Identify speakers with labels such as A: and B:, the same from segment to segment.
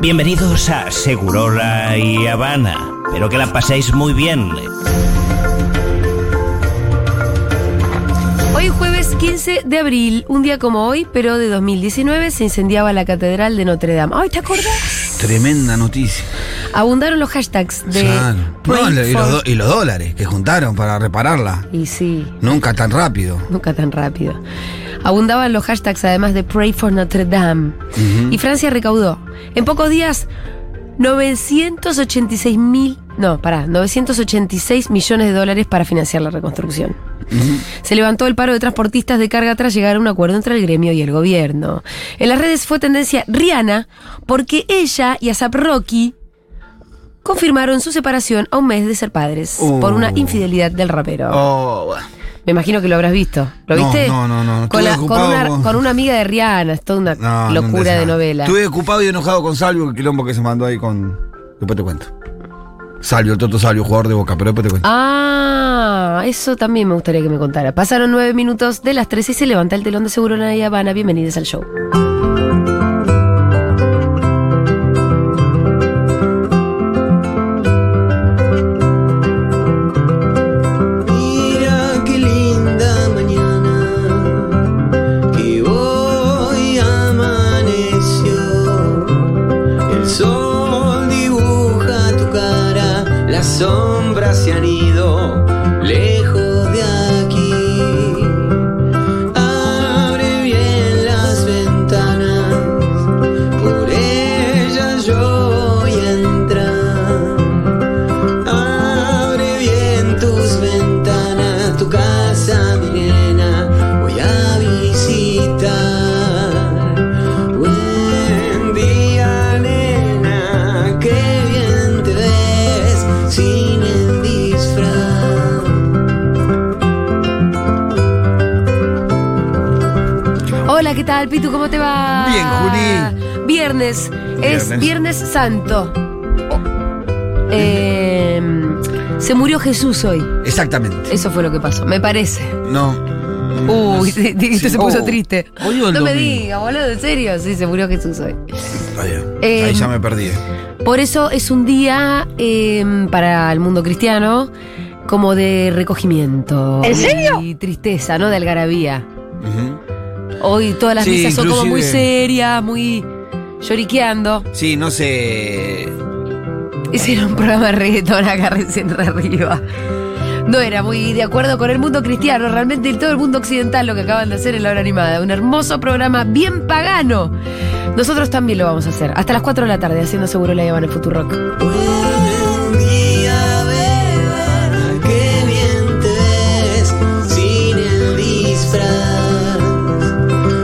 A: Bienvenidos a Segurola y Habana. Espero que la paséis muy bien.
B: Hoy jueves 15 de abril, un día como hoy, pero de 2019, se incendiaba la Catedral de Notre Dame. ¡Ay, ¿te acordás?
C: Tremenda noticia.
B: Abundaron los hashtags de...
C: Claro. No,
B: Wait
C: y, los
B: for-
C: do- y los dólares que juntaron para repararla.
B: Y sí,
C: Nunca tan rápido.
B: nunca tan rápido. Abundaban los hashtags además de Pray for Notre Dame. Y Francia recaudó en pocos días 986 mil, no, pará, 986 millones de dólares para financiar la reconstrucción. Se levantó el paro de transportistas de carga tras llegar a un acuerdo entre el gremio y el gobierno. En las redes fue tendencia Rihanna porque ella y Asap Rocky confirmaron su separación a un mes de ser padres
C: Oh.
B: por una infidelidad del rapero.
C: Oh, bueno.
B: Me imagino que lo habrás visto. ¿Lo
C: No,
B: viste?
C: no, no, no.
B: Con,
C: Estuve
B: la- con
C: ocupado
B: una,
C: con-
B: con una amiga de Rihanna, es toda una
C: No, no, un
B: locura de
C: desastre.
B: novela.
C: Estuve ocupado y enojado con Salvio, el quilombo que se mandó ahí con. Después te cuento. Salvio, el Toto Salvio, jugador de boca, pero después te cuento.
B: Ah, eso también me gustaría que me contara. Pasaron nueve minutos de las 13 y se levanta el telón de Seguro La Habana. Bienvenidos al show.
D: Mira qué linda mañana que hoy amaneció. El sol dibuja tu cara, las sombras se han ido lejos de aquí. Abre bien las ventanas, por ellas yo voy a entrar. Abre bien tus ventanas, tu casa, mi nena, voy a visitar. Buen día, nena, qué bien te ves sin el disfraz.
B: Hola, ¿qué tal, Pitu? ¿Cómo te va?
C: Bien,
B: Juli. Viernes. Es
C: Viernes.
B: Viernes Santo. Eh, se murió Jesús hoy.
C: Exactamente.
B: Eso fue lo que pasó, me parece.
C: No.
B: Eh. Uy, esto
C: sí.
B: se puso
C: Oh,
B: triste.
C: hoy o
B: no
C: el
B: me
C: domingo.
B: digas, boludo, en serio. Sí, se murió Jesús hoy.
C: Está bien.
B: Eh,
C: Ahí ya me perdí.
B: Por eso es un día eh, para el mundo cristiano como de recogimiento.
E: ¿En serio?
B: Y tristeza, ¿no? De algarabía.
C: Ujú.
B: Hoy todas las
C: Sí,
B: misas son como muy
C: inclusive-
B: serias, muy lloriqueando.
C: Sí, no sé.
B: Hicieron un programa de reggaetón acá recién de arriba. No era muy de acuerdo con el mundo cristiano, realmente todo el mundo occidental lo que acaban de hacer en la hora animada. Un hermoso programa bien pagano. Nosotros también lo vamos a hacer. Hasta las 4 de la tarde, haciendo seguro la llevan en Futurock.
D: Buen día, beba, qué bien te ves sin el disfraz.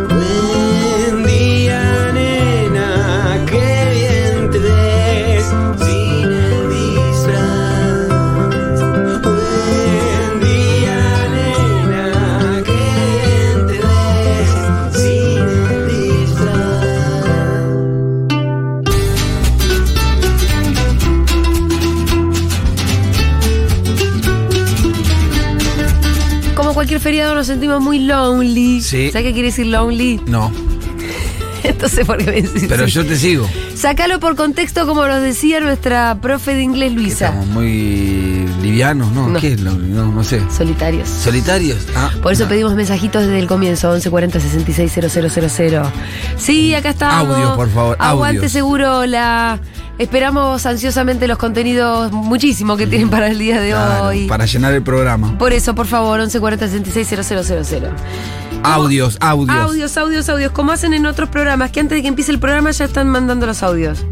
D: Buen día, nena, qué bien te ves sin el disfraz. Buen día, nena, qué bien te ves sin el disfraz.
B: Como cualquier feriado nos sentimos muy lonely.
C: Sí.
B: ¿Sabes qué quiere decir lonely?
C: No.
B: Entonces, ¿por qué me decís?
C: Pero
B: eso?
C: yo te sigo.
B: Sácalo por contexto como nos decía nuestra profe de inglés
C: Que
B: Luisa.
C: Estamos muy livianos, ¿no?
B: No.
C: ¿Qué es lo- No, no sé.
B: Solitarios.
C: ¿Solitarios? Ah,
B: Por eso
C: no.
B: pedimos mensajitos desde el comienzo, 1140 000. Sí, acá estamos.
C: Audios, por favor,
B: Aguante
C: audios.
B: seguro la... Esperamos ansiosamente los contenidos muchísimo que tienen para el día de
C: Claro,
B: hoy.
C: Para llenar el programa.
B: Por eso, por favor, 1140 000.
C: Audios, audios.
B: Audios, audios, audios, como hacen en otros programas, que antes de que empiece el programa ya están mandando los audios.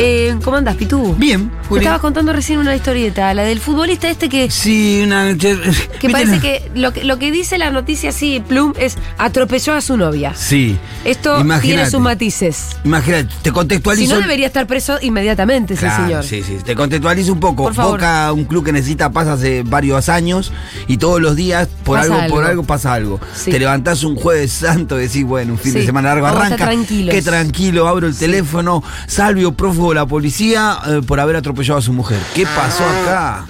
B: Eh, ¿Cómo andás, Pitu?
C: Bien,
B: Me
C: Juli.
B: estabas contando recién una historieta, la del futbolista este que,
C: Sí, una.
B: que parece que lo, que lo que dice la noticia así, plum, es atropelló a su novia.
C: Sí.
B: Esto tiene
C: Imagínate.
B: sus matices.
C: Imagínate,
B: Si
C: te contextualizo.
B: no, debería estar preso inmediatamente, sí,
C: Claro,
B: señor.
C: sí, sí. Te contextualizo un poco.
B: Por favor.
C: Boca, un club que necesita paz hace varios años y todos los días por
B: Pasa
C: algo, por
B: algo.
C: algo pasa algo.
B: Sí.
C: Te levantás un jueves santo y decís, bueno, un fin
B: Sí.
C: de semana largo
B: Vamos a
C: arranca.
B: estar tranquilos.
C: Qué tranquilo, abro el teléfono, salvio prófugo de la policía eh, por haber atropellado a su mujer. ¿Qué
B: Ah.
C: pasó acá?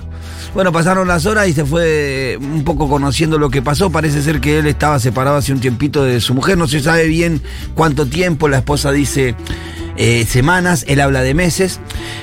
C: Bueno, pasaron las horas y se fue un poco conociendo lo que pasó. Parece ser que él estaba separado hace un tiempito de su mujer. No se sabe bien cuánto tiempo. La esposa dice eh, semanas, él habla de meses.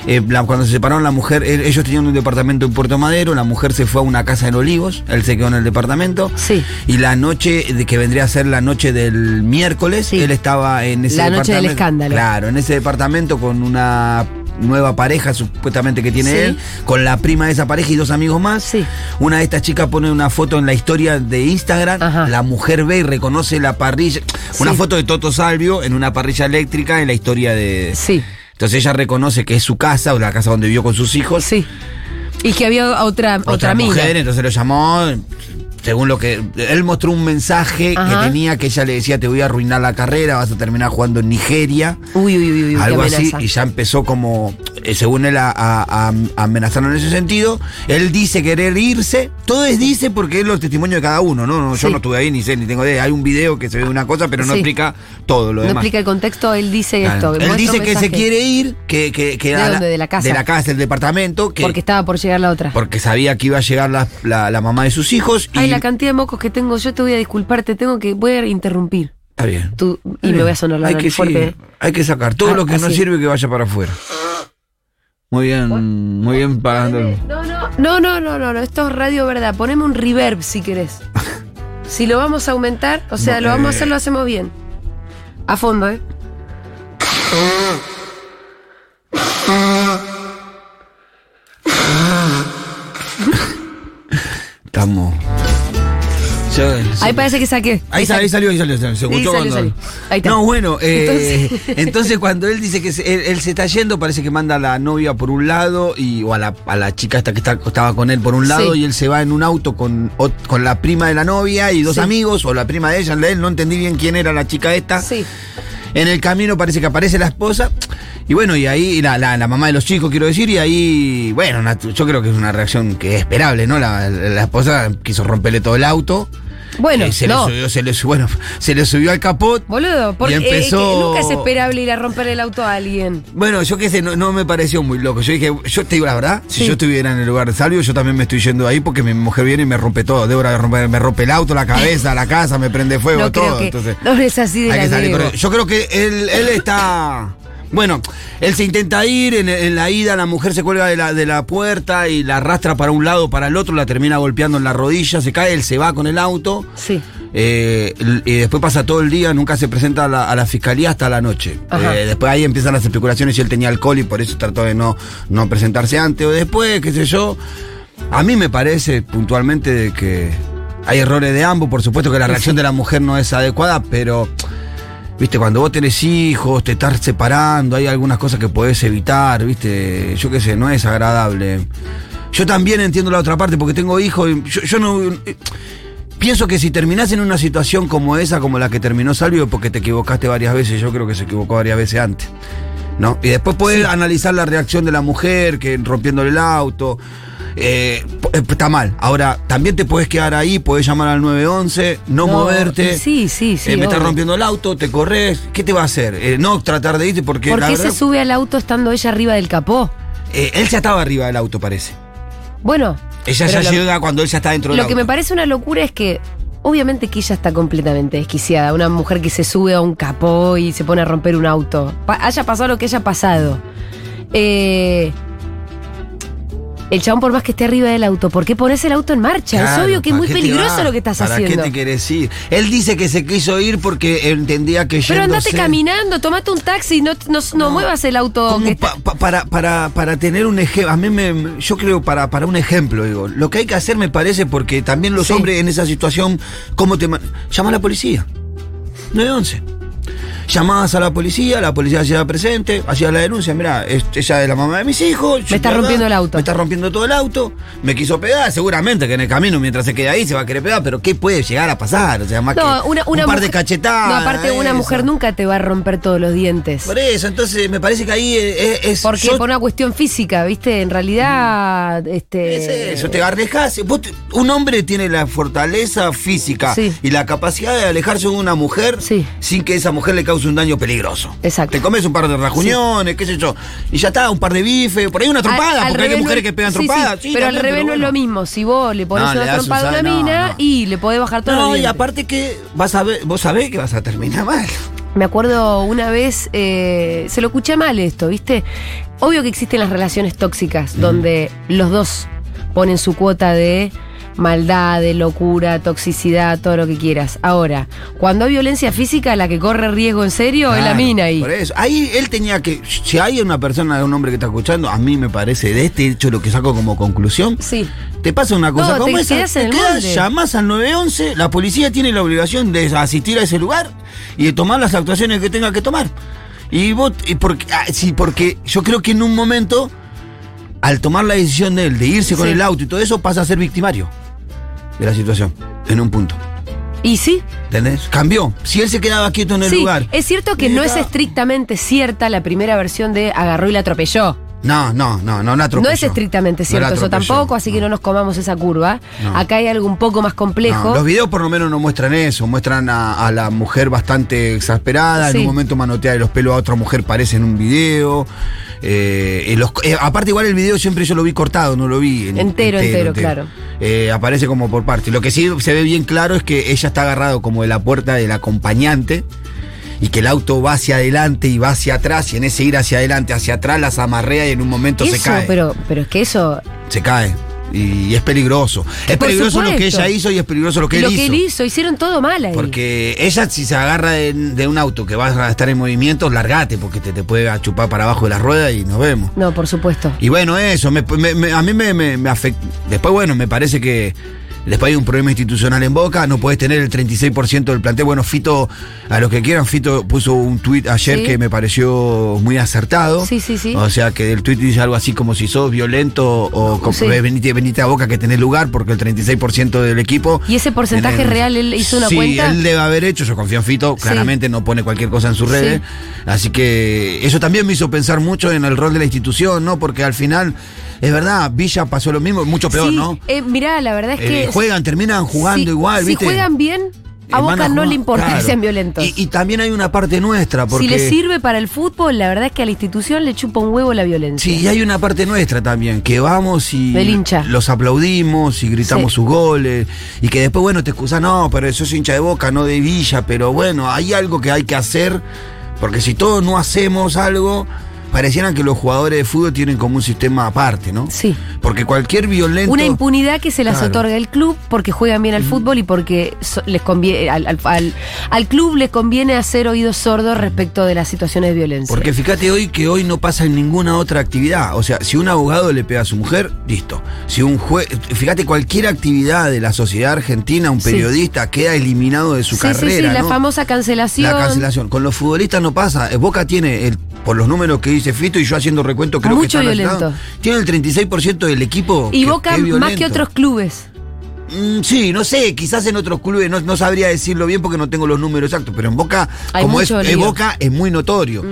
C: Eh, la- cuando se separaron la mujer, él- ellos tenían un departamento en Puerto Madero, la mujer se fue a una casa en Olivos, él se quedó en el departamento.
B: Sí.
C: Y la noche, de- que vendría a ser la noche del miércoles,
B: Sí.
C: él estaba en ese
B: La noche del
C: departamento-
B: escándalo.
C: Claro, en ese departamento con una nueva pareja supuestamente que tiene
B: Sí.
C: él, con la prima de esa pareja y dos amigos más.
B: Sí.
C: Una de estas chicas pone una foto en la historia de Instagram,
B: Ajá.
C: la mujer ve y reconoce la parrilla, una
B: Sí.
C: foto de Toto Salvio en una parrilla eléctrica en la historia de...
B: Sí,
C: Entonces ella reconoce que es su casa o la casa donde vivió con sus hijos.
B: sí. Y que había otra, otra,
C: Otra,
B: amiga.
C: mujer, entonces lo llamó, según lo que... Él mostró un mensaje
B: Ajá.
C: que tenía que ella le decía, te voy a arruinar la carrera, vas a terminar jugando en Nigeria
B: Uy, uy, uy, uy, qué
C: algo así,
B: amenaza.
C: y ya empezó como, eh, según él, a, a- a- a amenazarlo en ese sentido. Él dice querer irse, todo es dice porque es los testimonios de cada uno, ¿no? No, Yo
B: Sí.
C: no estuve ahí, ni sé, ni tengo idea. Hay un video que se ve una cosa, pero no
B: Sí.
C: explica todo lo
B: No
C: demás.
B: explica el contexto, él dice
C: Claro.
B: esto.
C: Él
B: muestra
C: dice
B: un
C: que se
B: mensaje.
C: quiere ir, que, que, que
B: ¿De dónde? De la casa.
C: de la casa, el departamento,
B: Porque
C: que, porque,
B: estaba por llegar la otra.
C: sabía que iba a llegar la, la- la mamá de sus hijos. Y,
B: Ay, la cantidad de mocos que tengo, yo te voy a disculpar, te tengo que, voy a interrumpir.
C: Está bien.
B: Tú- y me voy a sonar la
C: hay
B: nariz
C: que, sí,
B: fuerte. ¿eh?
C: hay que sacar todo
B: Ah,
C: lo que no
B: así.
C: sirve que vaya para afuera. Muy bien, muy bien pagando.
B: No, no, no, no, no, no, no, esto es radio verdad. Poneme un reverb si querés. Si lo vamos a aumentar, o sea, lo vamos a
C: Eh.
B: hacer, lo hacemos bien. A fondo, ¿eh?
C: Estamos. Ya-
B: Ahí parece que saqué.
C: Ahí, sal- ahí salió, ahí salió, se escuchó
B: salió,
C: cuando-
B: salió. Ahí está.
C: No, bueno, eh, entonces...
B: Entonces-
C: cuando él dice que se- él, él se está yendo, parece que manda a la novia por un lado y, o a la, a la chica esta que está- estaba con él por un lado
B: Sí.
C: y él se va en un auto con, ot- con la prima de la novia y dos
B: Sí.
C: amigos o la prima de ella, la de él, no entendí bien quién era la chica esta.
B: Sí.
C: En el camino parece que aparece la esposa. Y bueno, y ahí la, la- la mamá de los chicos, quiero decir, y ahí, bueno, natu- yo creo que es una reacción que es esperable, ¿no? La, la- la esposa quiso romperle todo el auto.
B: Bueno,
C: Eh, se
B: no.
C: le subió, se le subió, bueno, se le subió al capot.
B: Boludo, porque
C: Y empezó-
B: eh, que nunca es esperable ir a romper el auto a alguien.
C: Bueno, yo qué sé, no, no me pareció muy loco. Yo dije, yo te digo la verdad, si
B: Sí.
C: yo estuviera en el lugar de Salvio, yo también me estoy yendo ahí porque mi mujer viene y me rompe todo. Débora me rompe, me rompe el auto, la cabeza, la casa, me prende fuego,
B: No creo
C: todo.
B: que-
C: Entonces,
B: no es así de
C: hay
B: la
C: que salir
B: Debo.
C: corriendo. Yo creo que él, él está. Bueno, él se intenta ir, en, en la ida la mujer se cuelga de la, de la puerta y la arrastra para un lado, para el otro, la termina golpeando en la rodilla, se cae, él se va con el auto.
B: Sí.
C: Eh, l- y después pasa todo el día, nunca se presenta a la, a la fiscalía hasta la noche.
B: Ajá.
C: Eh, después ahí empiezan las especulaciones si él tenía alcohol y por eso trató de no, no presentarse antes o después, qué sé yo. A mí me parece puntualmente de que hay errores de ambos, por supuesto que la reacción de la mujer no es adecuada, pero... Viste, cuando vos tenés hijos, te estás separando, hay algunas cosas que podés evitar, viste, yo qué sé, no es agradable. Yo también entiendo la otra parte, porque tengo hijos, y yo, yo no... Pienso que si terminás en una situación como esa, como la que terminó Salvio, porque te equivocaste varias veces, yo creo que se equivocó varias veces antes. ¿No? Y después podés analizar la reacción de la mujer, que rompiéndole el auto. eh, po- eh, está mal. Ahora, también te podés quedar ahí, podés llamar al 911,
B: No,
C: no, moverte.
B: y sí, sí, sí,
C: eh, me estás
B: obvio.
C: rompiendo el auto, te corres. ¿Qué te va a hacer? Eh, no tratar de irte porque.
B: ¿Por
C: la
B: qué se
C: verdad-
B: sube al auto estando ella arriba del capó?
C: Eh, él ya estaba arriba del auto, parece.
B: Bueno.
C: Ella
B: pero
C: ya
B: lo-
C: llega cuando él ya está dentro del
B: Lo que
C: auto.
B: me parece una locura es que, obviamente, que ella está completamente desquiciada. Una mujer que se sube a un capó y se pone a romper un auto. Pa- haya pasado lo que haya pasado. Eh, el chabón, por más que esté arriba del auto, ¿por qué pones el auto en marcha?
C: Claro,
B: es obvio que es
C: ¿para
B: muy
C: qué te
B: peligroso
C: vas?
B: lo que estás
C: ¿Para
B: haciendo.
C: qué te querés ir? Él dice que se quiso ir porque entendía que
B: Pero andate
C: yéndose-
B: caminando, tomate un taxi, no, no- no muevas el auto.
C: Como
B: que está-
C: pa- pa- para, para, para tener un ejemplo, a mí me, yo creo para, para un ejemplo, digo, lo que hay que hacer me parece, porque también los
B: Sí.
C: hombres en esa situación, ¿cómo te... ma- Llama a la policía, 911. Llamabas a la policía, la policía hacía presente, hacía la denuncia, mira, ella es la mamá de mis hijos. yo-
B: está
C: bla, bla,
B: rompiendo el auto.
C: Me está rompiendo todo el auto, me quiso pegar, seguramente que en el camino mientras se queda ahí se va a querer pegar, pero ¿qué puede llegar a pasar? O sea, más
B: No,
C: que
B: una, una
C: un par de
B: mujer-
C: cachetadas.
B: No, aparte, una
C: eso.
B: mujer nunca te va a romper todos los dientes.
C: Por eso, entonces me parece que ahí es... es-
B: Porque
C: yo-
B: por una cuestión física, ¿viste? En realidad,
C: Es
B: este.
C: eso, te alejas. Vos te- un hombre tiene la fortaleza física
B: Sí.
C: y la capacidad de alejarse de una mujer
B: Sí.
C: sin que esa mujer le cause un daño peligroso.
B: Exacto.
C: Te comes un par de rajuñones, qué sé yo, y ya está, un par de bifes, por ahí una trompada,
B: Al- al
C: porque hay
B: revés no
C: mujeres
B: es-
C: que pegan
B: sí,
C: trompadas.
B: sí,
C: sí,
B: pero al
C: también,
B: revés no es
C: bueno.
B: lo mismo. Si vos le pones
C: No, le
B: una
C: das un
B: trompada a una
C: sal- no,
B: mina
C: no.
B: y le podés bajar todo
C: No,
B: los
C: y
B: dientes.
C: aparte que vas a ver, vos sabés que vas a terminar mal.
B: Me acuerdo una vez, eh, se lo escuché mal esto, ¿viste? Obvio que existen las relaciones tóxicas, donde los dos ponen su cuota de maldad, de locura, toxicidad, todo lo que quieras. Ahora, cuando hay violencia física, la que corre riesgo en serio es la
C: Claro,
B: mina ahí.
C: Por eso. Ahí él tenía que. Si hay una persona, un hombre que está escuchando, a mí me parece de este hecho lo que saco como conclusión.
B: Sí.
C: Te pasa una cosa
B: No,
C: como
B: te
C: esa.
B: quedás
C: te
B: en el
C: quedás,
B: molde.
C: llamás al 911, la policía tiene la obligación de asistir a ese lugar y de tomar las actuaciones que tenga que tomar. Y vos, y porque, ah, sí, porque yo creo que en un momento, al tomar la decisión de él, de irse con
B: Sí.
C: el auto y todo eso, pasa a ser victimario de la situación, en un punto.
B: Y sí,
C: ¿Entendés? Cambió. Si él se quedaba quieto en el
B: sí.
C: lugar.
B: Es cierto que no es estrictamente cierta la primera versión de agarró y la atropelló.
C: No, no, no, no, no atropelló.
B: No es estrictamente
C: No la
B: cierto eso
C: atropelló.
B: tampoco, así que no nos comamos esa curva.
C: No.
B: Acá hay algo un poco más complejo.
C: No, los videos por lo menos no muestran eso, muestran a, a la mujer bastante exasperada,
B: Sí.
C: en un momento manotea de los pelos a otra mujer, parece en un video. Eh, en los- eh, aparte igual el video siempre yo lo vi cortado, no lo vi en-
B: Entero, entero, claro.
C: Eh, aparece como por parte. Lo que sí se ve bien claro es que ella está agarrado como de la puerta del acompañante y que el auto va hacia adelante y va hacia atrás y en ese ir hacia adelante, hacia atrás las amarrea y en un momento se
B: eso,
C: cae
B: pero, pero es que eso
C: se cae. Y es peligroso. Es
B: Por
C: peligroso lo que
B: supuesto.
C: ella hizo y es peligroso lo que
B: lo
C: él
B: que
C: hizo.
B: él hizo, hicieron todo mal ahí.
C: Porque ella si se agarra de, de un auto que vas a estar en movimiento, largate porque te, te puede chupar para abajo de la rueda y nos vemos.
B: No, por supuesto.
C: Y bueno, eso, me- me- me- a mí me, afecta. Después, bueno, me parece que después hay un problema institucional en Boca, no podés tener el 36% del plantel. Bueno, Fito, a los que quieran, Fito puso un tuit ayer
B: Sí.
C: que me pareció muy acertado.
B: Sí, sí, sí.
C: O sea, que el tuit dice algo así como si sos violento o como,
B: Sí.
C: eh, venite, venite a Boca que tenés lugar porque el 36% del equipo...
B: ¿Y ese porcentaje
C: tenés-
B: real él hizo una
C: sí,
B: cuenta?
C: él debe haber hecho, yo confío en Fito,
B: Sí.
C: claramente no pone cualquier cosa en sus redes. Así que eso también me hizo pensar mucho en el rol de la institución, ¿no? Porque al final, es verdad, Villa pasó lo mismo, mucho peor,
B: sí,
C: ¿no?
B: eh, mirá, la verdad es que.
C: Eh, juegan, terminan jugando
B: si-
C: igual,
B: Si
C: ¿viste?
B: juegan bien, a
C: Eh, van
B: Boca no
C: jugar,
B: le importa que
C: claro.
B: sean violentos.
C: Y, y también hay una parte nuestra, porque.
B: Si le sirve para el fútbol, la verdad es que a la institución le chupa un huevo la violencia.
C: Sí, y hay una parte nuestra también, que vamos y
B: Del hincha.
C: los aplaudimos y gritamos
B: Sí.
C: sus goles, y que después, bueno, te excusas, no, pero sos hincha de boca, no de villa, pero bueno, hay algo que hay que hacer, porque si todos no hacemos algo, parecieran que los jugadores de fútbol tienen como un sistema aparte, ¿no?
B: Sí.
C: Porque cualquier violento...
B: Una impunidad que se las
C: Claro. Mm.
B: otorga el club porque juegan bien al fútbol y porque so- les conviene, al, al- al- al club les conviene hacer oídos sordos respecto de las situaciones de violencia.
C: Porque fíjate hoy que hoy no pasa en ninguna otra actividad. O sea, si un abogado le pega a su mujer, listo. Si un juez, fíjate cualquier actividad de la sociedad argentina, un
B: Sí.
C: periodista queda eliminado de su
B: sí,
C: carrera,
B: sí, sí, la
C: ¿no?
B: famosa cancelación.
C: La cancelación. Con los futbolistas no pasa. Eh, Boca tiene, el- por los números que dice Fito y yo haciendo recuento, creo
B: Mucho
C: que están
B: violento.
C: alterados, Tiene el 36% del equipo.
B: Y
C: que-
B: Boca
C: que es
B: más
C: violento.
B: que otros clubes.
C: Mm, sí, no sé, quizás en otros clubes, no, no sabría decirlo bien porque no tengo los números exactos, pero en Boca,
B: Hay
C: como es,
B: mucho
C: es
B: lío. Mm.
C: Boca, es muy notorio.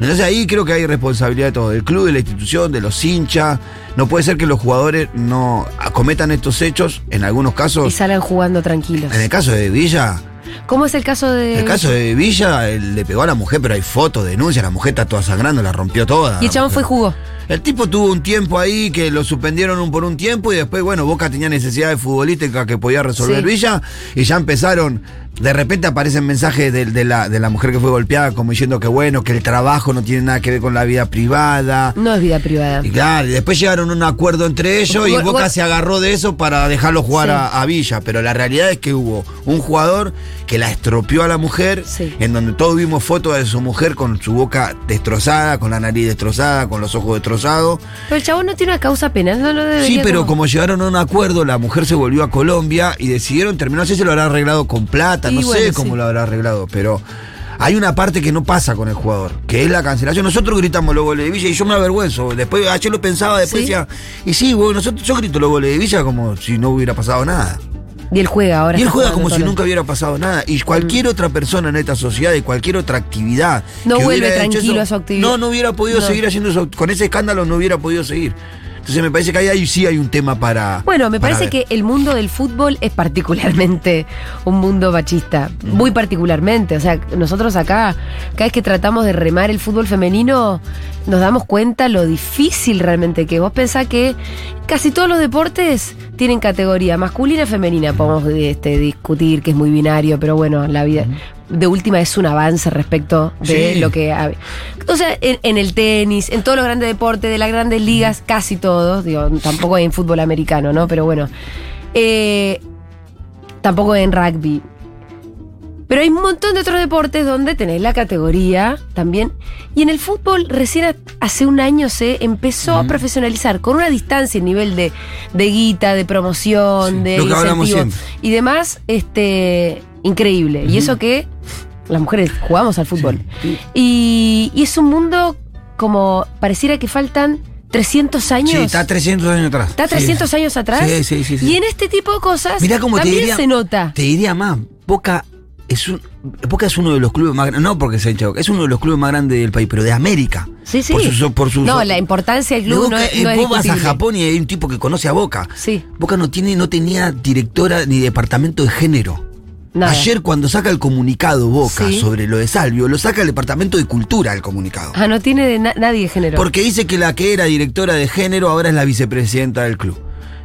C: Entonces ahí creo que hay responsabilidad de todo, del club, de la institución, de los hinchas. No puede ser que los jugadores no cometan estos hechos, en algunos
B: Y
C: casos,
B: salgan jugando tranquilos.
C: en el caso de Villa,
B: ¿Cómo es el caso de.?
C: en Eh, el caso de Villa, él le pegó a la mujer, pero hay fotos, denuncias, la mujer está toda sangrando, la rompió toda.
B: Y el
C: la
B: chabón
C: mujer.
B: fue y jugó.
C: El tipo tuvo un tiempo ahí que lo suspendieron un- por un tiempo y después, bueno, Boca tenía necesidades futbolísticas que podía resolver
B: Sí.
C: Villa y ya empezaron. De repente aparecen mensajes de, de la, de la mujer que fue golpeada como diciendo que bueno, que el trabajo no tiene nada que ver con la vida privada.
B: No es vida privada.
C: Y claro, y después llegaron a un acuerdo entre ellos y
B: Gol-
C: Boca
B: gol-
C: se agarró de eso para dejarlo jugar
B: Sí.
C: a, a Villa. Pero la realidad es que hubo un jugador que la estropeó a la mujer,
B: Sí.
C: en donde todos vimos fotos de su mujer con su boca destrozada, con la nariz destrozada, con los ojos destrozados.
B: Pero el chabón no tiene una causa penal, no lo
C: Sí,
B: debería
C: pero
B: como-
C: como llegaron a un acuerdo, la mujer se volvió a Colombia y decidieron terminar. No sé si lo habrá arreglado con plata,
B: Y
C: no
B: bueno,
C: sé
B: sí.
C: cómo lo habrá arreglado, pero hay una parte que no pasa con el jugador, que es la cancelación. Nosotros gritamos los goles de Villa y yo me avergüenzo. Después, ayer lo pensaba, después
B: ¿Sí?
C: decía, y sí, vos, nosotros, yo grito los goles de Villa como si no hubiera pasado nada.
B: Y él juega ahora.
C: Y él
B: está
C: juega
B: jugando
C: como si
B: todo el-
C: nunca hubiera pasado nada. Y cualquier otra persona en esta sociedad y cualquier otra actividad.
B: Mm. No
C: que
B: vuelve
C: hubiera hecho
B: tranquilo
C: eso,
B: a su actividad.
C: No, no hubiera podido
B: No.
C: seguir haciendo eso. Con ese escándalo no hubiera podido seguir. Entonces me parece que ahí, ahí sí hay un tema para.
B: Bueno, me
C: para
B: parece
C: ver.
B: que el mundo del fútbol es particularmente un mundo bachista.
C: Mm.
B: Muy particularmente. O sea, nosotros acá, cada vez que tratamos de remar el fútbol femenino, nos damos cuenta lo difícil realmente que es. vos pensás que casi todos los deportes tienen categoría masculina y femenina. Podemos este, discutir que es muy binario, pero bueno, la vida. de última es un avance respecto de
C: Mm. Sí.
B: lo que... hab- Entonces, en, en el tenis, en todos los grandes deportes, de las grandes ligas, casi todos, digo, tampoco en fútbol americano, ¿no? Pero bueno, eh, tampoco en rugby. Pero hay un montón de otros deportes donde tenés la categoría también. Y en el fútbol recién ha- hace un año se empezó a profesionalizar con una distancia en nivel de, de guita, de promoción,
C: Sí,
B: de
C: lo que hablamos
B: incentivos y demás, este increíble. Y eso que las mujeres jugamos al fútbol. Y, y es un mundo como pareciera que faltan 300 años.
C: Sí, está 300 años atrás.
B: Está
C: Sí.
B: 300 años atrás.
C: Sí, sí, sí, sí.
B: Y en este tipo de cosas
C: Mirá cómo te
B: también
C: diría.
B: se nota.
C: Te diría más. Boca es, un, Boca es uno de los clubes más grandes. No porque sea hincha de Boca, es uno de los clubes más grandes del país, pero de América.
B: Sí, sí.
C: Por su, por su-
B: no, la importancia del
C: de
B: club
C: Boca,
B: no es,
C: eh,
B: no es
C: Vos vas a
B: discutible.
C: Japón y hay un tipo que conoce a Boca.
B: Sí.
C: Boca no, tiene, no tenía directora ni departamento de género.
B: Nada.
C: Ayer cuando saca el comunicado Boca
B: Sí.
C: sobre lo de Salvio, lo saca el departamento de cultura el comunicado.
B: Ah, no tiene de na- nadie de género.
C: Porque dice que la que era directora de género ahora es la vicepresidenta del club.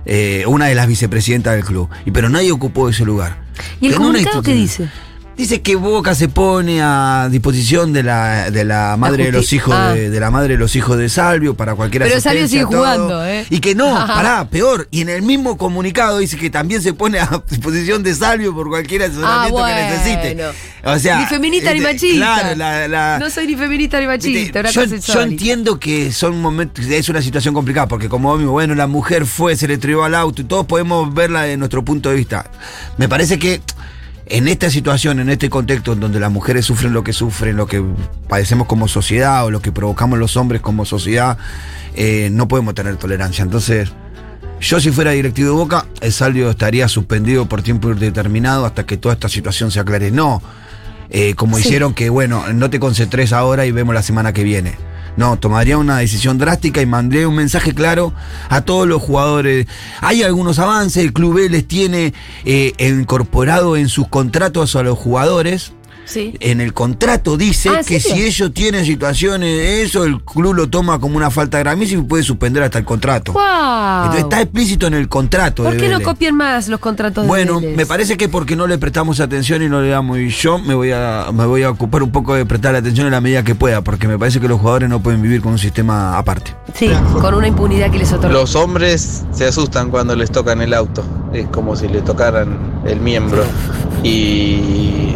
C: Eh, una de las vicepresidentas del club. Y pero nadie ocupó ese lugar.
B: ¿Y el
C: En una
B: comunicado qué
C: institución.
B: dice?
C: Dice que Boca se pone a disposición de la, de la madre de los
B: justi-
C: hijos
B: Ah.
C: de, de la madre de los hijos de Salvio para cualquier
B: Pero Salvio
C: asistencia,
B: sigue
C: todo.
B: jugando, ¿eh?
C: Y que no, pará, peor. Y en el mismo comunicado dice que también se pone a disposición de Salvio por cualquier asesoramiento que necesite.
B: Ah, bueno.
C: O sea,
B: Ni feminista ni
C: este,
B: machista.
C: Claro, la- la-
B: No soy ni feminista ni machista.
C: Viste,
B: una
C: yo,
B: cosa es
C: yo
B: sorry.
C: entiendo que son momentos, es una situación complicada, porque como mismo, bueno, la mujer fue, se le tribó al auto y todos podemos verla de nuestro punto de vista. Me parece que en esta situación, en este contexto en donde las mujeres sufren lo que sufren, lo que padecemos como sociedad o lo que provocamos los hombres como sociedad, eh, no podemos tener tolerancia. Entonces, yo si fuera directivo de Boca, el salvio estaría suspendido por tiempo indeterminado hasta que toda esta situación se aclare. No, eh, como
B: Sí.
C: hicieron que, bueno, no te concentres ahora y vemos la semana que viene. No, tomaría una decisión drástica y mandaría un mensaje claro a todos los jugadores. Hay algunos avances, el club B les tiene eh, incorporado en sus contratos a los jugadores.
B: Sí.
C: En el contrato dice
B: Ah, ¿en
C: que
B: serio?
C: si ellos tienen situaciones de eso, el club lo toma como una falta gravísima y puede suspender hasta el contrato.
B: ¡Guau!
C: Entonces está explícito en el contrato.
B: Ah. ¿Por
C: de
B: qué no
C: Vélez.
B: copian más los contratos de
C: Bueno,
B: Vélez?
C: me parece que porque no le prestamos atención y no le damos. Y yo me voy a me voy a ocupar un poco de prestar atención en la medida que pueda, porque me parece que los jugadores no pueden vivir con un sistema aparte.
B: Sí, con una impunidad que les otorga.
E: Los hombres se asustan cuando les tocan el auto. Es como si le tocaran el miembro. Y.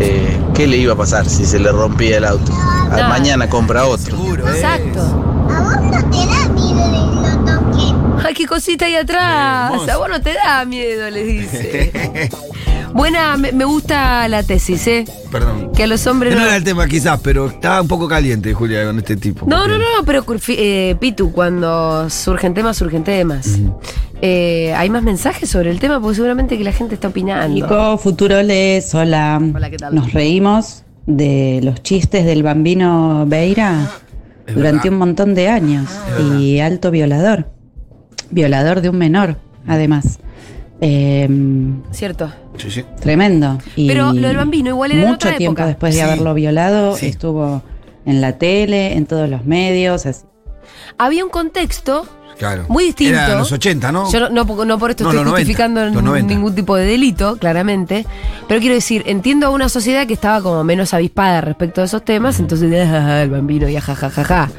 E: eh, ¿Qué le iba a pasar si se le rompía el auto? Ah,
B: Nada.
E: Mañana compra otro.
C: Seguro,
B: eh. Exacto.
F: A vos no te da miedo de lo toquen.
B: Ay, qué cosita ahí atrás.
C: Hermoso.
B: A vos no te da miedo, les dice. Buena, me, me gusta la tesis, ¿eh?
C: Perdón.
B: Que a los hombres
C: No
B: no.
C: era el tema quizás, pero estaba un poco caliente, Julia, con este tipo.
B: No, no, no, pero Curfi- eh, Pitu, cuando surgen temas, surgen temas. Eh, hay más mensajes sobre el tema porque seguramente que la gente está opinando.
G: Nico, Futuroles, hola.
B: Hola, ¿qué tal?
G: Nos reímos de los chistes del bambino Beira
B: Ah.
C: Es
G: durante
C: verdad. Ah,
G: un montón de años. Y alto violador. Violador de un menor, además. Em,
B: Cierto.
C: Sí, sí.
G: Tremendo. Y
B: Pero lo del bambino igual era en
G: Mucho
B: otra
G: tiempo
B: época.
G: después de
C: Sí.
G: haberlo violado,
C: Sí.
G: estuvo en la tele, en todos los medios. así.
B: Había un contexto
C: Claro.
B: muy distinto.
C: Era de los 80, ¿no?
B: Yo no, no por- no por esto
C: No,
B: estoy
C: los 90,
B: justificando
C: los 90.
B: ningún tipo de delito, claramente. Pero quiero decir, entiendo a una sociedad que estaba como menos avispada respecto a esos temas, entonces ah, el bambino y ajajajaja.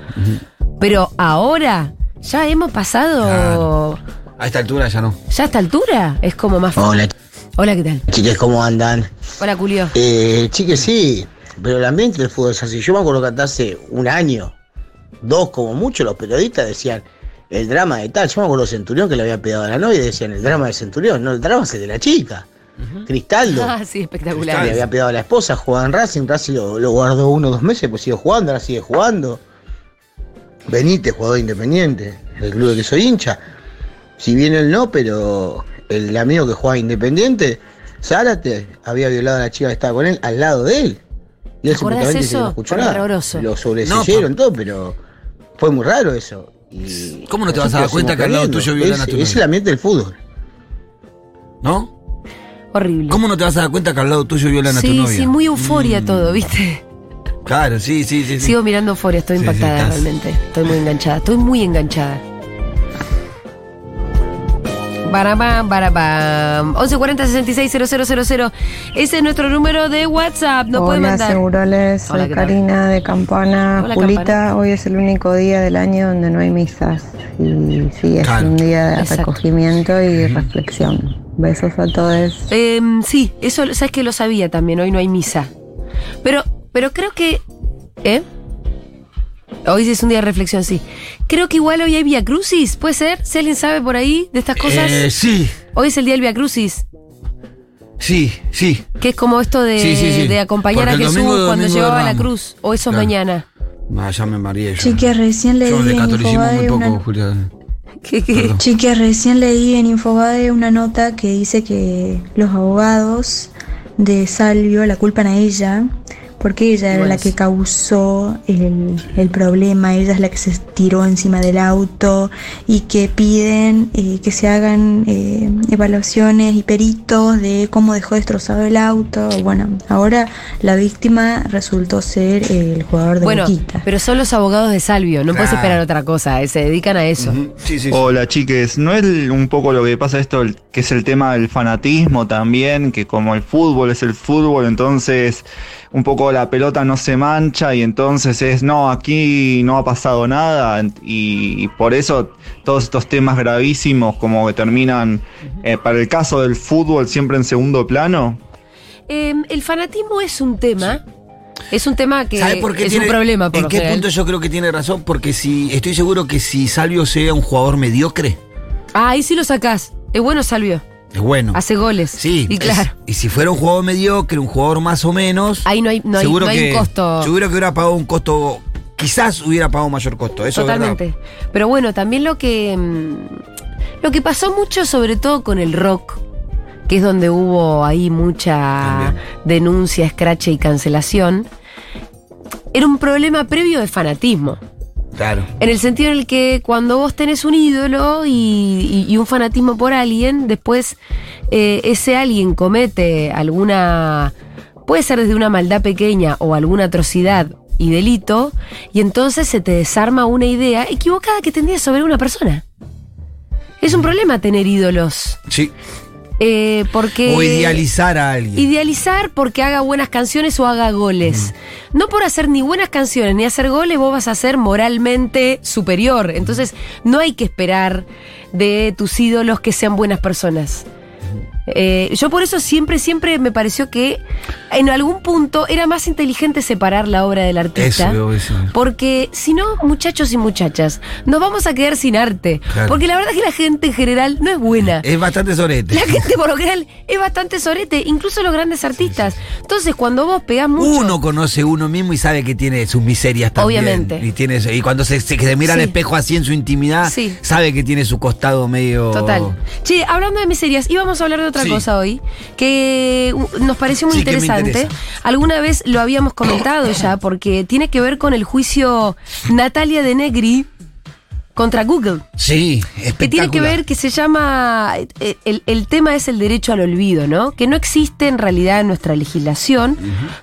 B: Pero ahora ya hemos pasado.
C: A esta altura ya no.
B: Ya a esta altura es como más fácil.
H: Hola,
B: Hola, ¿qué tal?
H: chiques, ¿cómo andan?
B: Hola, Julio.
H: Eh, chiques, sí, pero el ambiente del fútbol es así. Yo me acuerdo que hasta hace un año, dos como mucho, los periodistas decían el drama de tal. Yo me acuerdo de Centurión que le había pegado a la novia y decían el drama de Centurión. No, el drama es el de la chica. Cristaldo.
B: Ah, sí,
H: Le
B: espectacular.
H: había pegado a la esposa, jugaba en Racing, Racing lo, lo guardó uno o dos meses, pues siguió jugando, ahora sigue jugando. Benítez, jugador independiente, el club de que soy hincha. Si bien él no, pero el amigo que jugaba independiente, Zárate, había violado a la chica que estaba con él al lado de él. Y él
B: ¿Te acordás
H: supuestamente
B: eso?
H: se lo escuchó
B: Fue
H: nada.
B: horroroso.
H: Lo sobreseyeron todo, pero fue muy raro eso. Y
C: ¿Cómo no te vas a
H: nosotros
C: dar cuenta
H: seguimos
C: que al lado
H: perdiendo?
C: tuyo violan a
H: Es-
C: tu
H: Es
C: novia?
H: el ambiente del fútbol.
C: ¿No?
B: Horrible.
C: ¿Cómo no te vas a dar cuenta que al lado tuyo violan a tu
B: Sí,
C: novia? Mm.
B: sí, muy euforia todo, ¿viste?
C: Claro, sí, sí, sí. sí.
B: Sigo mirando euforia, estoy
C: Sí, sí,
B: impactada
C: estás.
B: realmente. Estoy muy enganchada, estoy muy enganchada. barabam, barabam. 1140 000. Ese es nuestro número de WhatsApp. No puede
I: Hola,
B: mandar.
I: Seguroles, soy
B: Hola, ¿qué tal?
I: Karina de Campana.
B: Hola,
I: Julita,
B: Campana.
I: hoy es el único día del año donde no hay misas. Y sí, es
C: Claro.
I: un día de
B: Exacto.
I: recogimiento y reflexión. Besos a todos.
B: Eh, sí, eso sabes que lo sabía también. Hoy no hay misa. Pero, pero creo que. ¿Eh? Hoy sí es un día de reflexión, sí. Creo que igual hoy hay Via Crucis, ¿puede ser? Si alguien sabe por ahí de estas cosas.
C: Eh, sí,
B: Hoy es el día del Via Crucis,
C: sí, sí.
B: que es como esto de,
C: Sí, sí, sí.
B: de acompañar
C: Porque el
B: a Jesús
C: domingo es
B: cuando
C: domingo de
B: llevaba la
C: Ramos.
B: cruz. O eso es
C: Claro.
B: mañana.
C: Ah, ya me mareé yo.
I: Chiques, recién
C: yo
I: leí
C: de
I: en
C: catolicismo muy
I: Infobae
C: poco,
I: una,
C: Julia.
B: ¿Qué, qué?
C: Perdón.
I: Chiques, recién leí en Infobae una nota que dice que los abogados de Salvio la culpan a ella porque ella era
B: Bueno,
I: la que
B: sí.
I: causó el, el problema, ella es la que se tiró encima del auto y que piden eh, que se hagan eh, evaluaciones y peritos de cómo dejó destrozado el auto. Bueno, ahora la víctima resultó ser el jugador de
B: Bueno,
I: Boquita.
B: pero son los abogados de Salvio, no
C: Claro.
B: puedes esperar otra cosa, eh, se dedican a eso.
C: Ujú, Sí, sí, sí.
J: Hola chiques, ¿no es un poco lo que pasa esto, el- que es el tema del fanatismo también, que como el fútbol es el fútbol, entonces un poco la pelota no se mancha y entonces es, no, aquí no ha pasado nada y, y por eso todos estos temas gravísimos como que terminan, eh, para el caso del fútbol, siempre en segundo plano?
B: Eh, el fanatismo es un tema, es un tema que
C: ¿Sabes por qué
B: es
C: tiene-
B: un problema. Por
C: ¿En
B: lo
C: qué
B: general.
C: punto yo creo que tiene razón? Porque si estoy seguro que si Salvio sea un jugador mediocre,
B: Ah, ahí sí lo sacás. Es bueno Salvio,
C: es bueno.
B: hace goles.
C: Sí,
B: Y
C: es-
B: claro,
C: y si fuera un jugador mediocre, un jugador más o menos,
B: ahí no hay, no hay,
C: seguro
B: no hay
C: que,
B: un costo.
C: Seguro que hubiera pagado un costo, quizás hubiera pagado mayor costo. Eso es verdad.
B: Totalmente. Pero bueno, también lo que. mm, Lo que pasó mucho, sobre todo con el rock, que es donde hubo ahí mucha
C: También.
B: denuncia, escrache y cancelación, era un problema previo de fanatismo.
C: Claro.
B: En el sentido en el que cuando vos tenés un ídolo y, y- y un fanatismo por alguien, después eh, ese alguien comete alguna, puede ser desde una maldad pequeña o alguna atrocidad y delito, y entonces se te desarma una idea equivocada que tendrías sobre una persona. Es un problema tener ídolos,
C: Sí.
B: eh, porque...
C: o idealizar a alguien.
B: Idealizar porque haga buenas canciones o haga goles. No por hacer ni buenas canciones ni hacer goles, vos vas a ser moralmente superior. Entonces, no hay que esperar de tus ídolos que sean buenas personas. Eh, yo por eso siempre, siempre me pareció que en algún punto era más inteligente separar la obra del artista.
C: eso, eso.
B: Porque si no, muchachos y muchachas, nos vamos a quedar sin arte.
C: Claro.
B: Porque la verdad es que la gente en general no es buena.
C: Es bastante sorete.
B: La gente por lo general es bastante sorete, incluso los grandes artistas. Entonces, cuando vos pegás mucho.
C: Uno conoce uno mismo y sabe que tiene sus miserias también.
B: Obviamente.
C: Y, tiene, y cuando se, se- que se mira al
B: Sí.
C: espejo así en su intimidad,
B: Sí.
C: sabe que tiene su costado medio.
B: Total. Che, hablando de miserias, íbamos a hablar de otra
C: Sí.
B: cosa hoy, que uh, nos pareció muy
C: Sí, que me
B: interesante.
C: interesa.
B: Alguna vez lo habíamos comentado ya, porque tiene que ver con el juicio Natalia de Negri contra Google.
C: Sí,
B: Que tiene que ver, que se llama, eh, el, el tema es el derecho al olvido, ¿no? Que no existe en realidad en nuestra legislación,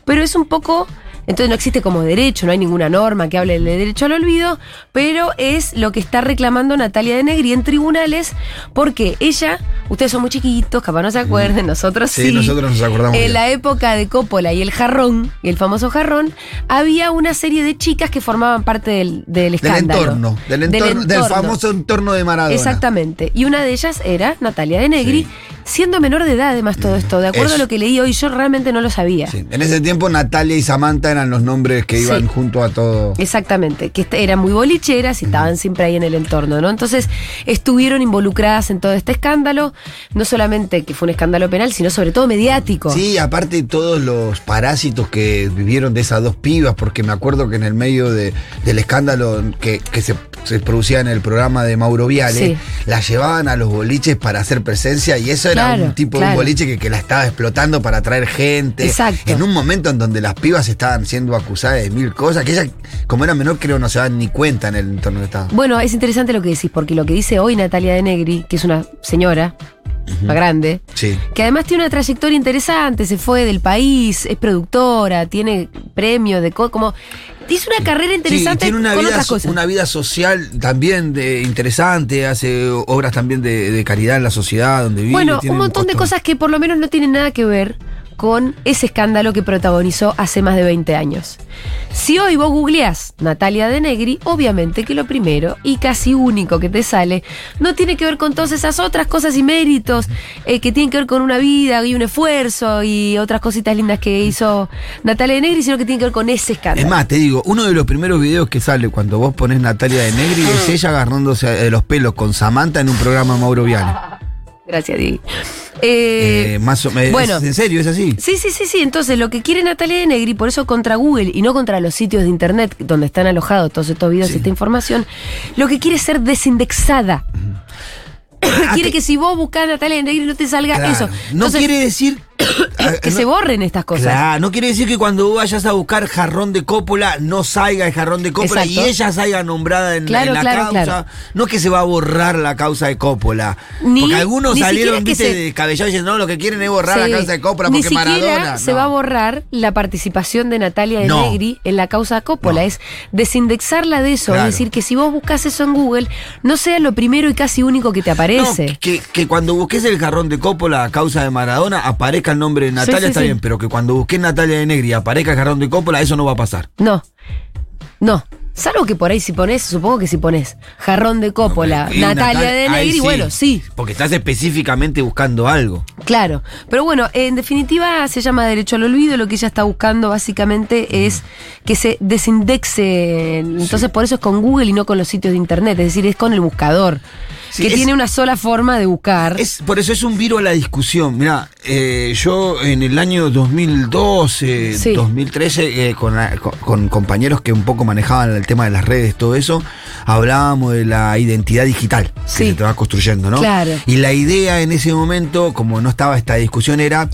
B: pero es un poco, entonces no existe como derecho, no hay ninguna norma que hable del derecho al olvido, pero es lo que está reclamando Natalia de Negri en tribunales, porque ella, ustedes son muy chiquitos, capaz no se acuerden, nosotros sí.
C: Sí, nosotros nos acordamos
B: En
C: bien.
B: la época de Coppola y el jarrón, el famoso jarrón, había una serie de chicas que formaban parte del, del
C: Del
B: escándalo.
C: entorno, del entorno, del
B: entorno.
C: famoso entorno de Maradona.
B: Exactamente. Y una de ellas era Natalia de Negri, siendo menor de edad, además, todo esto. De acuerdo
C: Mm. Eso.
B: a lo que leí hoy, yo realmente no lo sabía.
C: Sí, En ese tiempo Natalia y Samantha eran los nombres que
B: Sí.
C: iban junto a todo.
B: Exactamente, que est- eran muy bolicheras y estaban siempre ahí en el entorno, ¿no? Entonces estuvieron involucradas en todo este escándalo, no solamente que fue un escándalo penal, sino sobre todo mediático.
C: Sí, aparte todos los parásitos que vivieron de esas dos pibas, porque me acuerdo que en el medio de- del escándalo que, que se, se producía en el programa de Mauro Viale,
B: Sí.
C: la llevaban a los boliches para hacer presencia y eso era
B: Claro,
C: un tipo de un
B: claro.
C: boliche que, que la estaba explotando para atraer gente.
B: Exacto.
C: En un momento en donde las pibas estaban siendo acusadas de mil cosas, que ella, como era menor, creo no se daban ni cuenta en el entorno que estaba.
B: Bueno, es interesante lo que decís, porque lo que dice hoy Natalia de Negri, que es una señora, una grande,
C: Sí.
B: que además tiene una trayectoria interesante, se fue del país, es productora, tiene premio de co- como hizo una carrera interesante
C: tiene una
B: con
C: vida,
B: otras
C: so-
B: cosas.
C: una vida social también de, interesante, hace obras también de, de caridad en la sociedad donde vive.
B: Bueno,
C: tiene
B: un montón de
C: costado.
B: cosas que por lo menos no tienen nada que ver con ese escándalo que protagonizó hace más de 20 años. Si hoy vos googleás Natalia de Negri, obviamente que lo primero y casi único que te sale no tiene que ver con todas esas otras cosas y méritos eh, que tienen que ver con una vida y un esfuerzo y otras cositas lindas que hizo Natalia de Negri, sino que tiene que ver con ese escándalo.
C: Es más, te digo, uno de los primeros videos que sale cuando vos pones Natalia de Negri es
B: Mm.
C: ella agarrándose de los pelos con Samantha en un programa de Mauro Viale.
B: Gracias, Diego. Eh,
C: Eh, más o- es-
B: bueno.
C: en serio, es así.
B: Sí, sí, sí, sí. Entonces, lo que quiere Natalia de Negri, por eso contra Google y no contra los sitios de internet donde están alojados todos estos videos y esta información, lo que quiere es ser desindexada. quiere que si vos buscás Natalia de Negri no te salga
C: Claro.
B: eso.
C: No
B: Entonces,
C: quiere decir eh,
B: que
C: no-
B: se borren estas cosas.
C: Claro, no quiere decir que cuando vos vayas a buscar jarrón de cópola no salga el jarrón de cópola
B: Exacto.
C: y ella salga nombrada en,
B: Claro,
C: en la
B: claro,
C: causa.
B: claro.
C: No es que se va a borrar la causa de cópola.
B: Ni-
C: porque algunos
B: ni
C: salieron,
B: siquiera es que
C: viste,
B: se-
C: descabellados diciendo, no, lo que quieren es borrar
B: Sí.
C: la causa de cópola
B: Ni
C: porque
B: siquiera
C: Maradona.
B: se
C: No.
B: va a borrar la participación de Natalia de
C: No.
B: Negri en la causa Coppola. Es desindexarla de eso.
C: Claro.
B: Es decir, que si vos buscas eso en Google, no sea lo primero y casi único que te
C: No,
B: aparece.
C: que, que cuando busques el jarrón de Coppola a causa de Maradona aparezca el nombre de Natalia,
B: sí,
C: está
B: sí.
C: bien, pero que cuando busques Natalia de Negri aparezca el jarrón de Coppola, eso no va a pasar.
B: No. No. Salvo que por ahí si pones, supongo que si pones jarrón de cópola,
C: Y
B: Natalia
C: Natal-
B: de
C: ahí
B: Negri, bueno, sí,
C: Porque estás específicamente buscando algo.
B: claro. Pero bueno, en definitiva se llama derecho al olvido, lo que ella está buscando básicamente es que se desindexe. Entonces por eso es con Google y no con los sitios de internet, es decir, es con el buscador,
C: Sí,
B: que
C: es-
B: tiene una sola forma de buscar.
C: Es, por eso es un viro a la discusión. Mira, yo en el año 2012,
B: Sí.
C: 2013, eh, con, la- con- con compañeros que un poco manejaban el tema de las redes, todo eso, hablábamos de la identidad digital
B: Sí.
C: que se te va construyendo, ¿no?
B: Claro.
C: Y la idea en ese momento, como no estaba esta discusión, era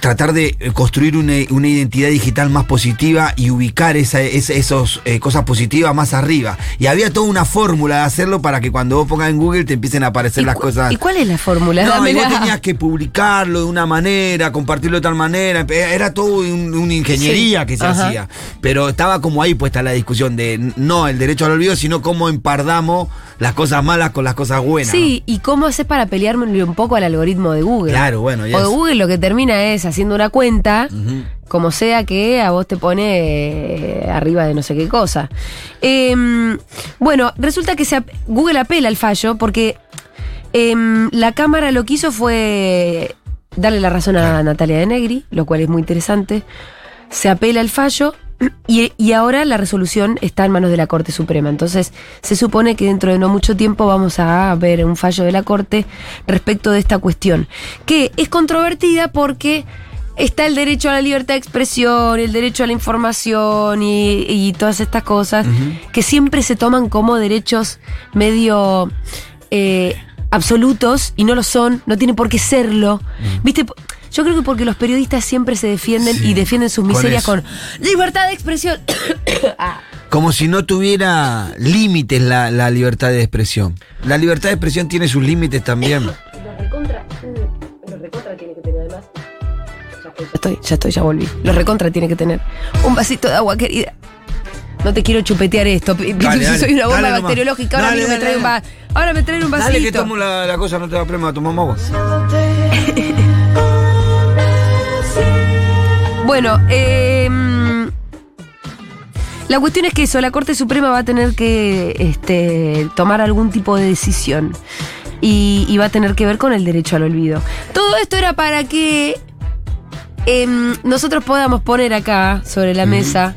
C: tratar de eh, construir una, una identidad digital más positiva y ubicar esas eh, cosas positivas más arriba. Y había toda una fórmula de hacerlo para que cuando vos pongas en Google te empiecen a aparecer
B: ¿Y
C: las
B: cu-
C: cosas.
B: ¿Y cuál es la fórmula?
C: No, y
B: Dámela.
C: vos tenías que publicarlo de una manera, compartirlo de tal manera. Era todo un- una ingeniería
B: Sí,
C: que se
B: ajá.
C: hacía. Pero estaba como ahí puesta la discusión de n- no el derecho al olvido, sino cómo empardamos las cosas malas con las cosas buenas.
B: Sí, ¿y cómo haces para pelearme un poco al algoritmo de
C: ¿no?
B: Google?
C: Claro, bueno, ya
B: O de
C: es-
B: Google lo que termina es haciendo una cuenta, como sea que a vos te pone eh, arriba de no sé qué cosa. Em, bueno, resulta que se ap- Google apela al fallo porque em, la Cámara lo que hizo fue darle la razón a Natalia de Negri, lo cual es muy interesante. Se apela al fallo. Y, y ahora la resolución está en manos de la Corte Suprema. Entonces, se supone que dentro de no mucho tiempo vamos a ver un fallo de la Corte respecto de esta cuestión, que es controvertida porque está el derecho a la libertad de expresión, el derecho a la información y, y todas estas cosas que siempre se toman como derechos medio... eh, absolutos y no lo son, no tienen por qué serlo. ¿Viste? Yo creo que porque los periodistas siempre se defienden
C: Sí,
B: y defienden sus
C: con
B: miserias
C: eso.
B: con, libertad de expresión. Ah,
C: Como si no tuviera límites la, la libertad de expresión. La libertad de expresión tiene sus límites también.
B: Los recontra, mm, los recontra tiene que tener además. Ya estoy, ya estoy, ya, estoy, ya volví. Los recontra tiene que tener. Un vasito de agua, querida. No te quiero chupetear esto. Pi- pi-
C: Dale,
B: si
C: dale,
B: soy una bomba
C: dale nomás.
B: bacteriológica. Ahora
C: Dale,
B: mismo me
C: dale,
B: trae un va- Ahora me traen un vasito.
C: Dale que tomo la, la cosa, no te da problema, tomamos agua.
B: Bueno, eh, mm, la cuestión es que eso, la Corte Suprema va a tener que este, tomar algún tipo de decisión y, y va a tener que ver con el derecho al olvido. Todo esto era para que em, nosotros podamos poner acá sobre la mesa.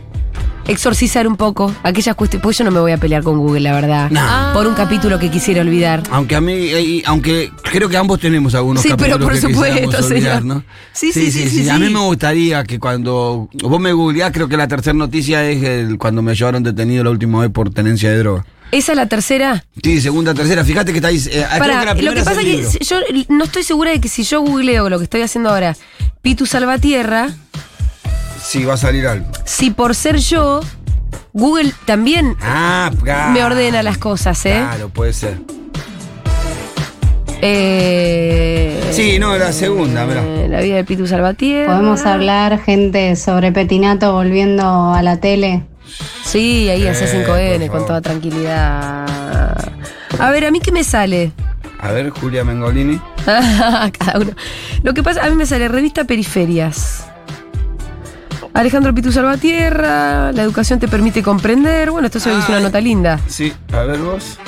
B: Exorcizar un poco aquellas cuestiones. Pues yo no me voy a pelear con Google, la verdad.
C: No.
B: Por un capítulo que quisiera olvidar.
C: Aunque a mí, eh, y- aunque creo que ambos tenemos algunos
B: Sí, pero
C: capítulos
B: por
C: que
B: supuesto,
C: quisiéramos
B: señor.
C: olvidar, ¿no?
B: Sí, sí, sí, sí,
C: A
B: sí.
C: mí me gustaría que cuando vos me googleás, creo que la tercera noticia es el- cuando me llevaron detenido la última vez por tenencia de droga.
B: Esa es la tercera.
C: Sí, segunda, tercera. Fíjate que estáis. Eh, creo
B: Pará,
C: la
B: lo
C: primera
B: que
C: es
B: pasa
C: el libro.
B: es que yo no estoy segura de que si yo googleo lo que estoy haciendo ahora, Pitu Salvatierra,
C: Sí, va a salir algo.
B: si por ser yo, Google también
C: Ah, claro.
B: me ordena las cosas, ¿eh?
C: Claro, puede ser.
B: Eh,
C: Sí, no, la segunda, mirá.
B: eh, La vida de Pitu Salvatierra.
K: Podemos hablar, gente, sobre Petinato volviendo a la tele.
B: Sí, ahí hacía
C: Eh,
B: 5N
C: por
B: con
C: favor.
B: toda tranquilidad. A ver, ¿a mí qué me sale?
C: A ver, Julia Mengolini.
B: Cada uno. Lo que pasa, a mí me sale revista Periferias. Alejandro Pitu Salvatierra, la educación te permite comprender. Bueno, esto se ve que es una nota linda.
C: Sí, a ver vos.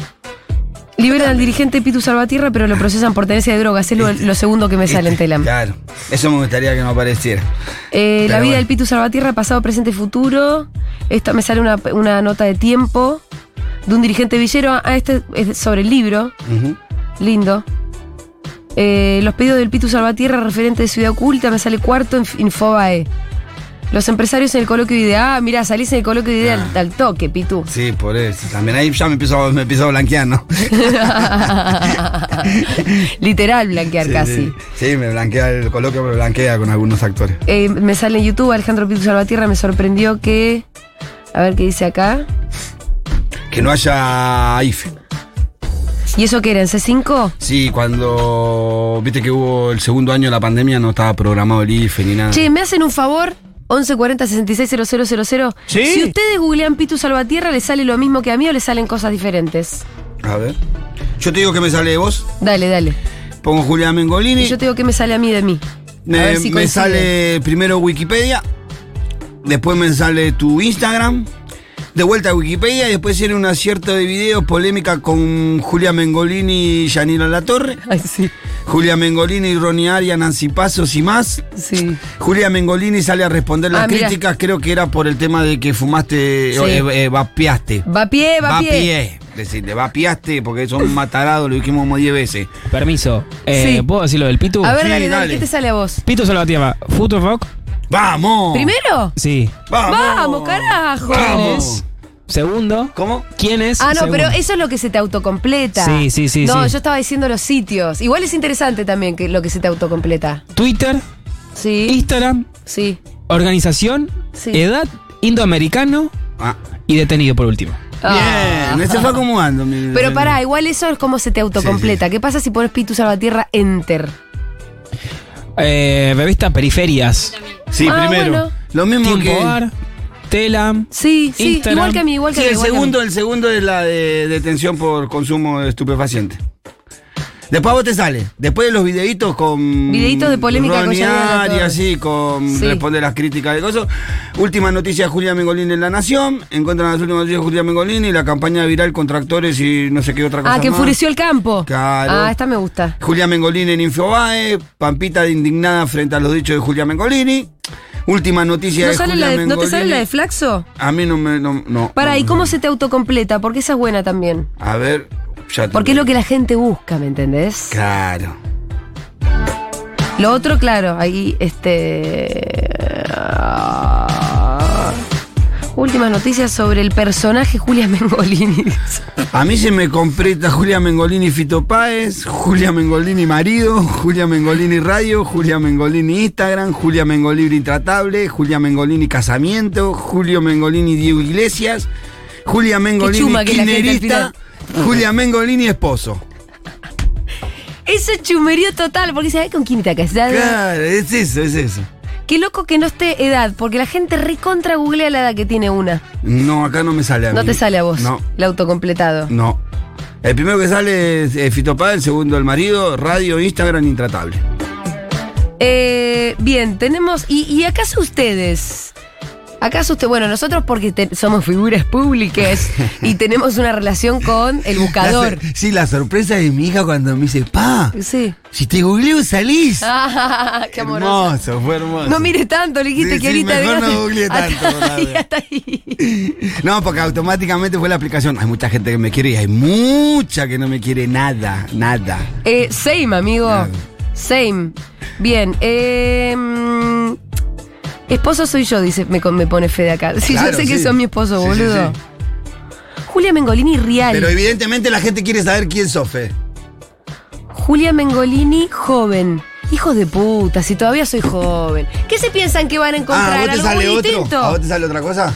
B: Liberan al dirigente Pitu Salvatierra, pero lo procesan por tenencia de drogas. Es lo, lo segundo que me sale en Telam.
C: Este, Claro. Eso me gustaría que no apareciera.
B: Eh, la
C: Pero
B: vida
C: bueno.
B: del Pitu Salvatierra, pasado, presente, futuro. Esta me sale una, una nota de tiempo de un dirigente villero. Ah, este es sobre el libro.
C: Ujú.
B: Lindo. Eh, los pedidos del Pitu Salvatierra, referente de Ciudad Oculta, me sale cuarto en F- Infobae. Los empresarios en el coloquio de idea. Ah, mirá, salís en el coloquio de idea al, al toque, Pitu.
C: Ah. Sí, por eso. También ahí ya me empiezo, me empiezo a blanquear, ¿no?
B: Literal blanquear
C: Sí,
B: casi.
C: Sí, Sí, me blanquea el coloquio, me blanquea con algunos actores.
B: Eh, me sale en YouTube Alejandro Pitu Salvatierra, me sorprendió que. A ver qué dice acá.
C: Que no haya IFE.
B: ¿Y eso qué era? ¿En C5?
C: Sí, cuando viste que hubo el segundo año de la pandemia no estaba programado el IFE ni nada.
B: Che, ¿me hacen un favor? 1140-660000.
C: Sí.
B: Si ustedes googlean Pitu Salvatierra, ¿les sale lo mismo que a mí o les salen cosas diferentes?
C: A ver. Yo te digo que me sale de vos.
B: Dale, dale.
C: Pongo Julia Mengolini.
B: Y yo te digo que me sale a mí de mí.
C: Me,
B: a ver si
C: me
B: coincide.
C: sale primero Wikipedia, después me sale tu Instagram, de vuelta a Wikipedia y después tiene un acierto de videos, polémica con Julia Mengolini y Yanira Latorre,
B: Ay, sí.
C: Julia Mengolini, Ronnie Arias, Nancy Pasos y más.
B: Sí.
C: Julia Mengolini sale a responder las
B: Ah, mira.
C: críticas, creo que era por el tema de que fumaste,
B: Sí.
C: o, eh, eh, vapeaste.
B: Va a pie, va a pie.
C: Vapeé, decirle, vapeaste porque son matarados, lo dijimos como 10 veces.
K: Permiso. Eh,
B: Sí.
K: ¿Puedo decir lo del Pitu?
B: A ver,
C: Sí,
B: dale, dale,
C: dale.
B: ¿qué te sale a vos?
K: Pitu Salvatierra, Future Rock.
C: ¡Vamos!
B: ¿Primero?
K: Sí.
C: ¡Vamos!
B: ¡Vamos, carajo!
C: ¡Vamos!
K: Segundo.
C: ¿Cómo?
K: ¿Quién es?
B: Ah, no,
K: Segundo.
B: pero eso es lo que se te autocompleta.
K: Sí, sí, sí,
B: No,
K: sí.
B: yo estaba diciendo los sitios. Igual es interesante también que lo que se te autocompleta.
K: Twitter,
B: Sí.
K: Instagram,
B: Sí.
K: organización,
B: Sí.
K: edad, indoamericano
C: Ah.
K: y detenido por último.
B: Ah.
C: Bien, se fue acomodando. mi-
B: Pero
C: mi-
B: pará, igual eso es como se te autocompleta. ¿Qué pasa si pones Pitu Salvatierra Enter?
K: Eh, revista Periferias.
C: Sí,
B: Ah,
C: primero.
B: bueno.
C: Lo mismo
K: Tiempo
C: que.
K: Bar, Telam.
B: Sí, sí,
K: Instagram.
B: igual que a mí, igual que
C: Sí,
B: a mí.
C: el
B: igual que a mí. Ah,
C: segundo, el segundo es la de detención por consumo de estupefaciente. Después a vos te sale. Después de los videitos con.
B: Videitos de polémica con
C: Ronnie
B: Yanina La Torre.
C: Arias, sí, con
B: Sí.
C: responde las críticas de cosas. Última noticia de Julia Mengolini en La Nación. Encuentran las últimas noticias de Julia Mengolini y la campaña viral contra actores y no sé qué otra cosa.
B: Ah, que
C: más.
B: enfureció el campo.
C: Claro.
B: Ah, esta me gusta.
C: Julia Mengolini en Infobae, Pampita de indignada frente a los dichos de Julia Mengolini. Última noticia
B: ¿No,
C: de
B: sale
C: Julia
B: la de- ¿no te
C: Mengolini.
B: sale la de Flaxo?
C: A mí no me. No, no,
B: Pará,
C: no,
B: ¿y
C: no.
B: cómo se te autocompleta? Porque esa es buena también.
C: A ver, ya te
B: Porque es lo que la gente busca, ¿me entendés?
C: Claro.
B: Lo otro, claro, ahí, este. ah, Últimas noticias sobre el personaje Julia Mengolini.
C: A mí se me completa Julia Mengolini Fito Páez, Julia Mengolini Marido, Julia Mengolini Radio, Julia Mengolini Instagram, Julia Mengolini Intratable, Julia Mengolini Casamiento, Julio Mengolini Diego Iglesias, Julia Mengolini
B: chuma que la gente al
C: Kirchnerista, Julia Mengolini Esposo.
B: Ese chumerío total, porque ¿sabes con quién te casado?
C: Claro, es eso, es eso.
B: Qué loco que no esté edad, porque la gente recontra googlea la edad que tiene una.
C: No, acá Eh, no me sale a
B: No
C: mí.
B: te sale a vos.
C: No,
B: El autocompletado.
C: no. El primero que sale es eh, Fito Páez, el segundo el marido, radio, Instagram, intratable.
B: Eh, bien, tenemos. ¿Y, y acaso ustedes? ¿Acaso usted, bueno, nosotros porque te- somos figuras públicas y tenemos una relación con el buscador?
C: La sor- sí, la sorpresa de mi hija cuando me dice, pa,
B: Sí.
C: si te googleo salís.
B: Ah, qué amoroso.
C: hermoso, fue hermoso.
B: No mire tanto, le dijiste
C: Sí,
B: que
C: sí,
B: ahorita
C: mejor
B: vengas-
C: no googleé
B: Hasta
C: tanto,
B: ahí,
C: Bernardo.
B: hasta ahí.
C: No, porque automáticamente fue la aplicación. Hay mucha gente que me quiere y hay mucha que no me quiere nada, nada.
B: Eh, same, amigo.
C: Claro.
B: Same. Bien. eh, mm, esposo soy yo, dice, me, con- me pone Fede acá. Sí,
C: Claro,
B: yo sé que
C: sí.
B: sos mi esposo,
C: Sí, sí,
B: boludo.
C: sí.
B: Julia Mengolini Real.
C: Pero evidentemente la gente quiere saber quién sos, Fe. Ah,
B: Julia Mengolini joven. Hijos de puta, si todavía soy joven. ¿Qué se piensan que van a
C: Ah, ¿a
B: encontrar?
C: vos te
B: ¿Algo
C: sale
B: muy
C: otro?
B: distinto?
C: ¿A vos te sale otra cosa?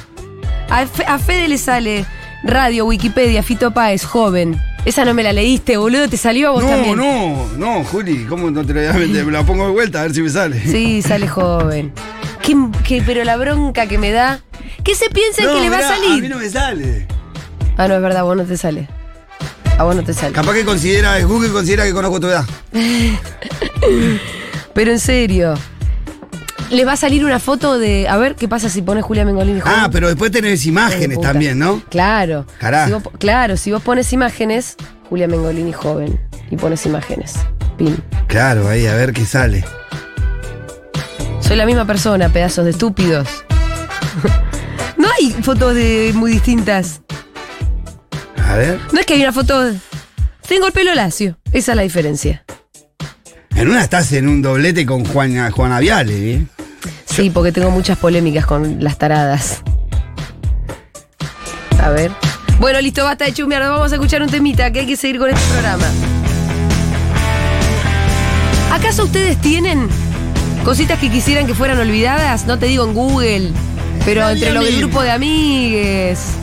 B: A, Fe- a Fede le sale radio, Wikipedia, Fito Páez, joven. Esa no me la leíste, boludo, te salió a vos
C: No,
B: también.
C: no, no, Juli, ¿cómo no te lo voy a meter? Me la pongo de vuelta a ver si me sale.
B: Sí, sale joven. Qué- qué- pero la bronca que me da ¿Qué se piensa
C: No,
B: que le va
C: mirá,
B: a salir?
C: A mí no me sale.
B: Ah, no, es verdad, a vos no te sale. A vos no te sale.
C: Capaz que considera, Google considera que conozco tu edad.
B: Pero en serio. Les va a salir una foto de. A ver qué pasa si pones Julia Mengolini.
C: Ah, pero después tenés imágenes
B: puta.
C: también, ¿no?
B: Claro.
C: Cará.
B: Si vos po- claro, si vos pones imágenes, Julia Mengolini joven. Y pones imágenes. Pin.
C: Claro, ahí, a ver qué sale.
B: Soy la misma persona, pedazos de estúpidos. no hay fotos de muy distintas.
C: A ver.
B: No es que hay una foto. de- Tengo el pelo lacio. Esa es la diferencia.
C: En una estás en un doblete con Juana, Juana Viale, ¿eh?
B: Sí, porque tengo muchas polémicas con las taradas. A ver. Bueno, listo, basta de chumear. Vamos a escuchar un temita que hay que seguir con este programa. ¿Acaso ustedes tienen cositas que quisieran que fueran olvidadas? No te digo en Google, pero entre lo del grupo de amigues.